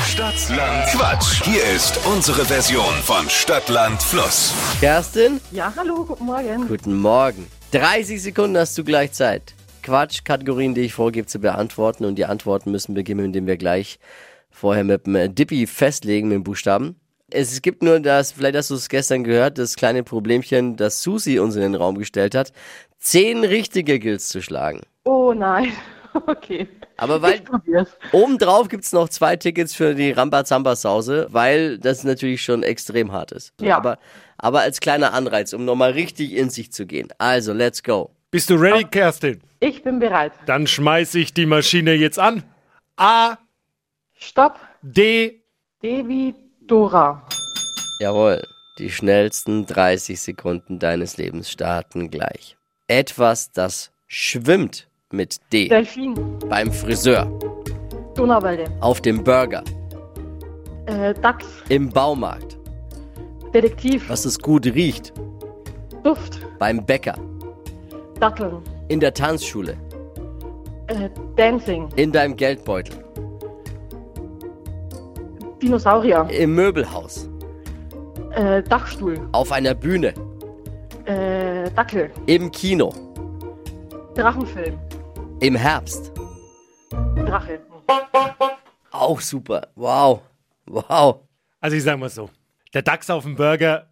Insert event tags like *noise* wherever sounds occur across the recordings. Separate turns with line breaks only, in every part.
Stadtland Quatsch. Hier ist unsere Version von Stadtland Fluss.
Kerstin,
Ja, hallo, guten Morgen.
guten Morgen. 30 Sekunden hast du gleich Zeit. Quatsch, Kategorien, die ich vorgebe, zu beantworten. Und die Antworten müssen beginnen, indem wir gleich vorher mit dem äh, Dippy festlegen, mit dem Buchstaben. Es gibt nur das, vielleicht hast du es gestern gehört, das kleine Problemchen, das Susi uns in den Raum gestellt hat. Zehn richtige gilt's zu schlagen.
Oh nein. *laughs* Okay.
Aber weil-
*laughs* ich probier's.
Obendrauf gibt's noch zwei Tickets für die Rambazamba-Sause, weil das natürlich schon extrem hart ist.
Ja.
Aber, aber als kleiner Anreiz, um nochmal richtig in sich zu gehen. Also, let's go.
Bist du
Ah.
ready, Kerstin?
Ich bin bereit.
Dann schmeiß ich die Maschine jetzt an. A,
Stopp.
D,
Devi Dora.
Jawohl. Die schnellsten 30 Sekunden deines Lebens starten gleich. Etwas, das schwimmt mit D.
Delfin.
Beim Friseur,
Donauwelle.
auf dem Burger,
Äh, Dachs.
im Baumarkt,
Detektiv.
was es gut riecht,
Duft.
beim Bäcker,
Datteln.
in der Tanzschule,
Äh, Dancing.
in deinem Geldbeutel,
Dinosaurier.
im Möbelhaus,
Äh, Dachstuhl.
auf einer Bühne,
Äh, Dackel.
im Kino,
Drachenfilm.
im Herbst.
Drache.
Auch super. Wow. Wow.
also ich sag mal so, der Dachs auf dem Burger,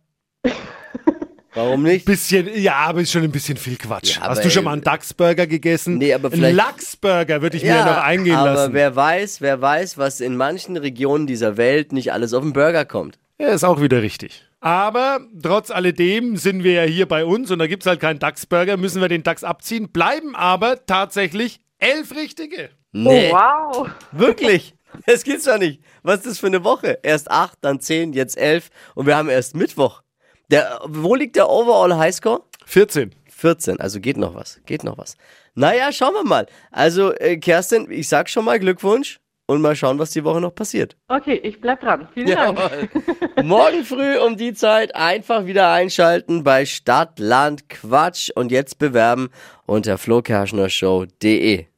Warum nicht?
bisschen, ja, aber ist schon ein bisschen viel Quatsch.
Ja, aber
Hast du schon mal einen Dachsburger gegessen?
Nee, aber
Einen
vielleicht-
Lachsburger würde ich mir ja noch eingehen
aber
lassen.
wer weiß, wer weiß, was in manchen Regionen dieser Welt nicht alles auf den Burger kommt.
Ja, ist auch wieder richtig. Aber trotz alledem sind wir ja hier bei uns und da gibt's halt keinen Dachsburger, müssen wir den Dachs abziehen, bleiben aber tatsächlich elf Richtige.
Nee,
Oh, wow.
wirklich. *laughs* Das gibt's doch nicht. Was ist das für eine Woche? Erst acht, dann zehn, jetzt elf und wir haben erst Mittwoch. Der, wo liegt der Overall Highscore?
14.
14, also geht noch was, geht noch was. Naja, schauen wir mal. Also, äh, Kerstin, ich sag schon mal Glückwunsch und mal schauen, was die Woche noch passiert.
Okay, ich bleib dran. Vielen Dank.
Jawohl. *laughs* Morgen früh um die Zeit einfach wieder einschalten bei Stadt, Land, Quatsch und jetzt bewerben unter flokerschnershow.de.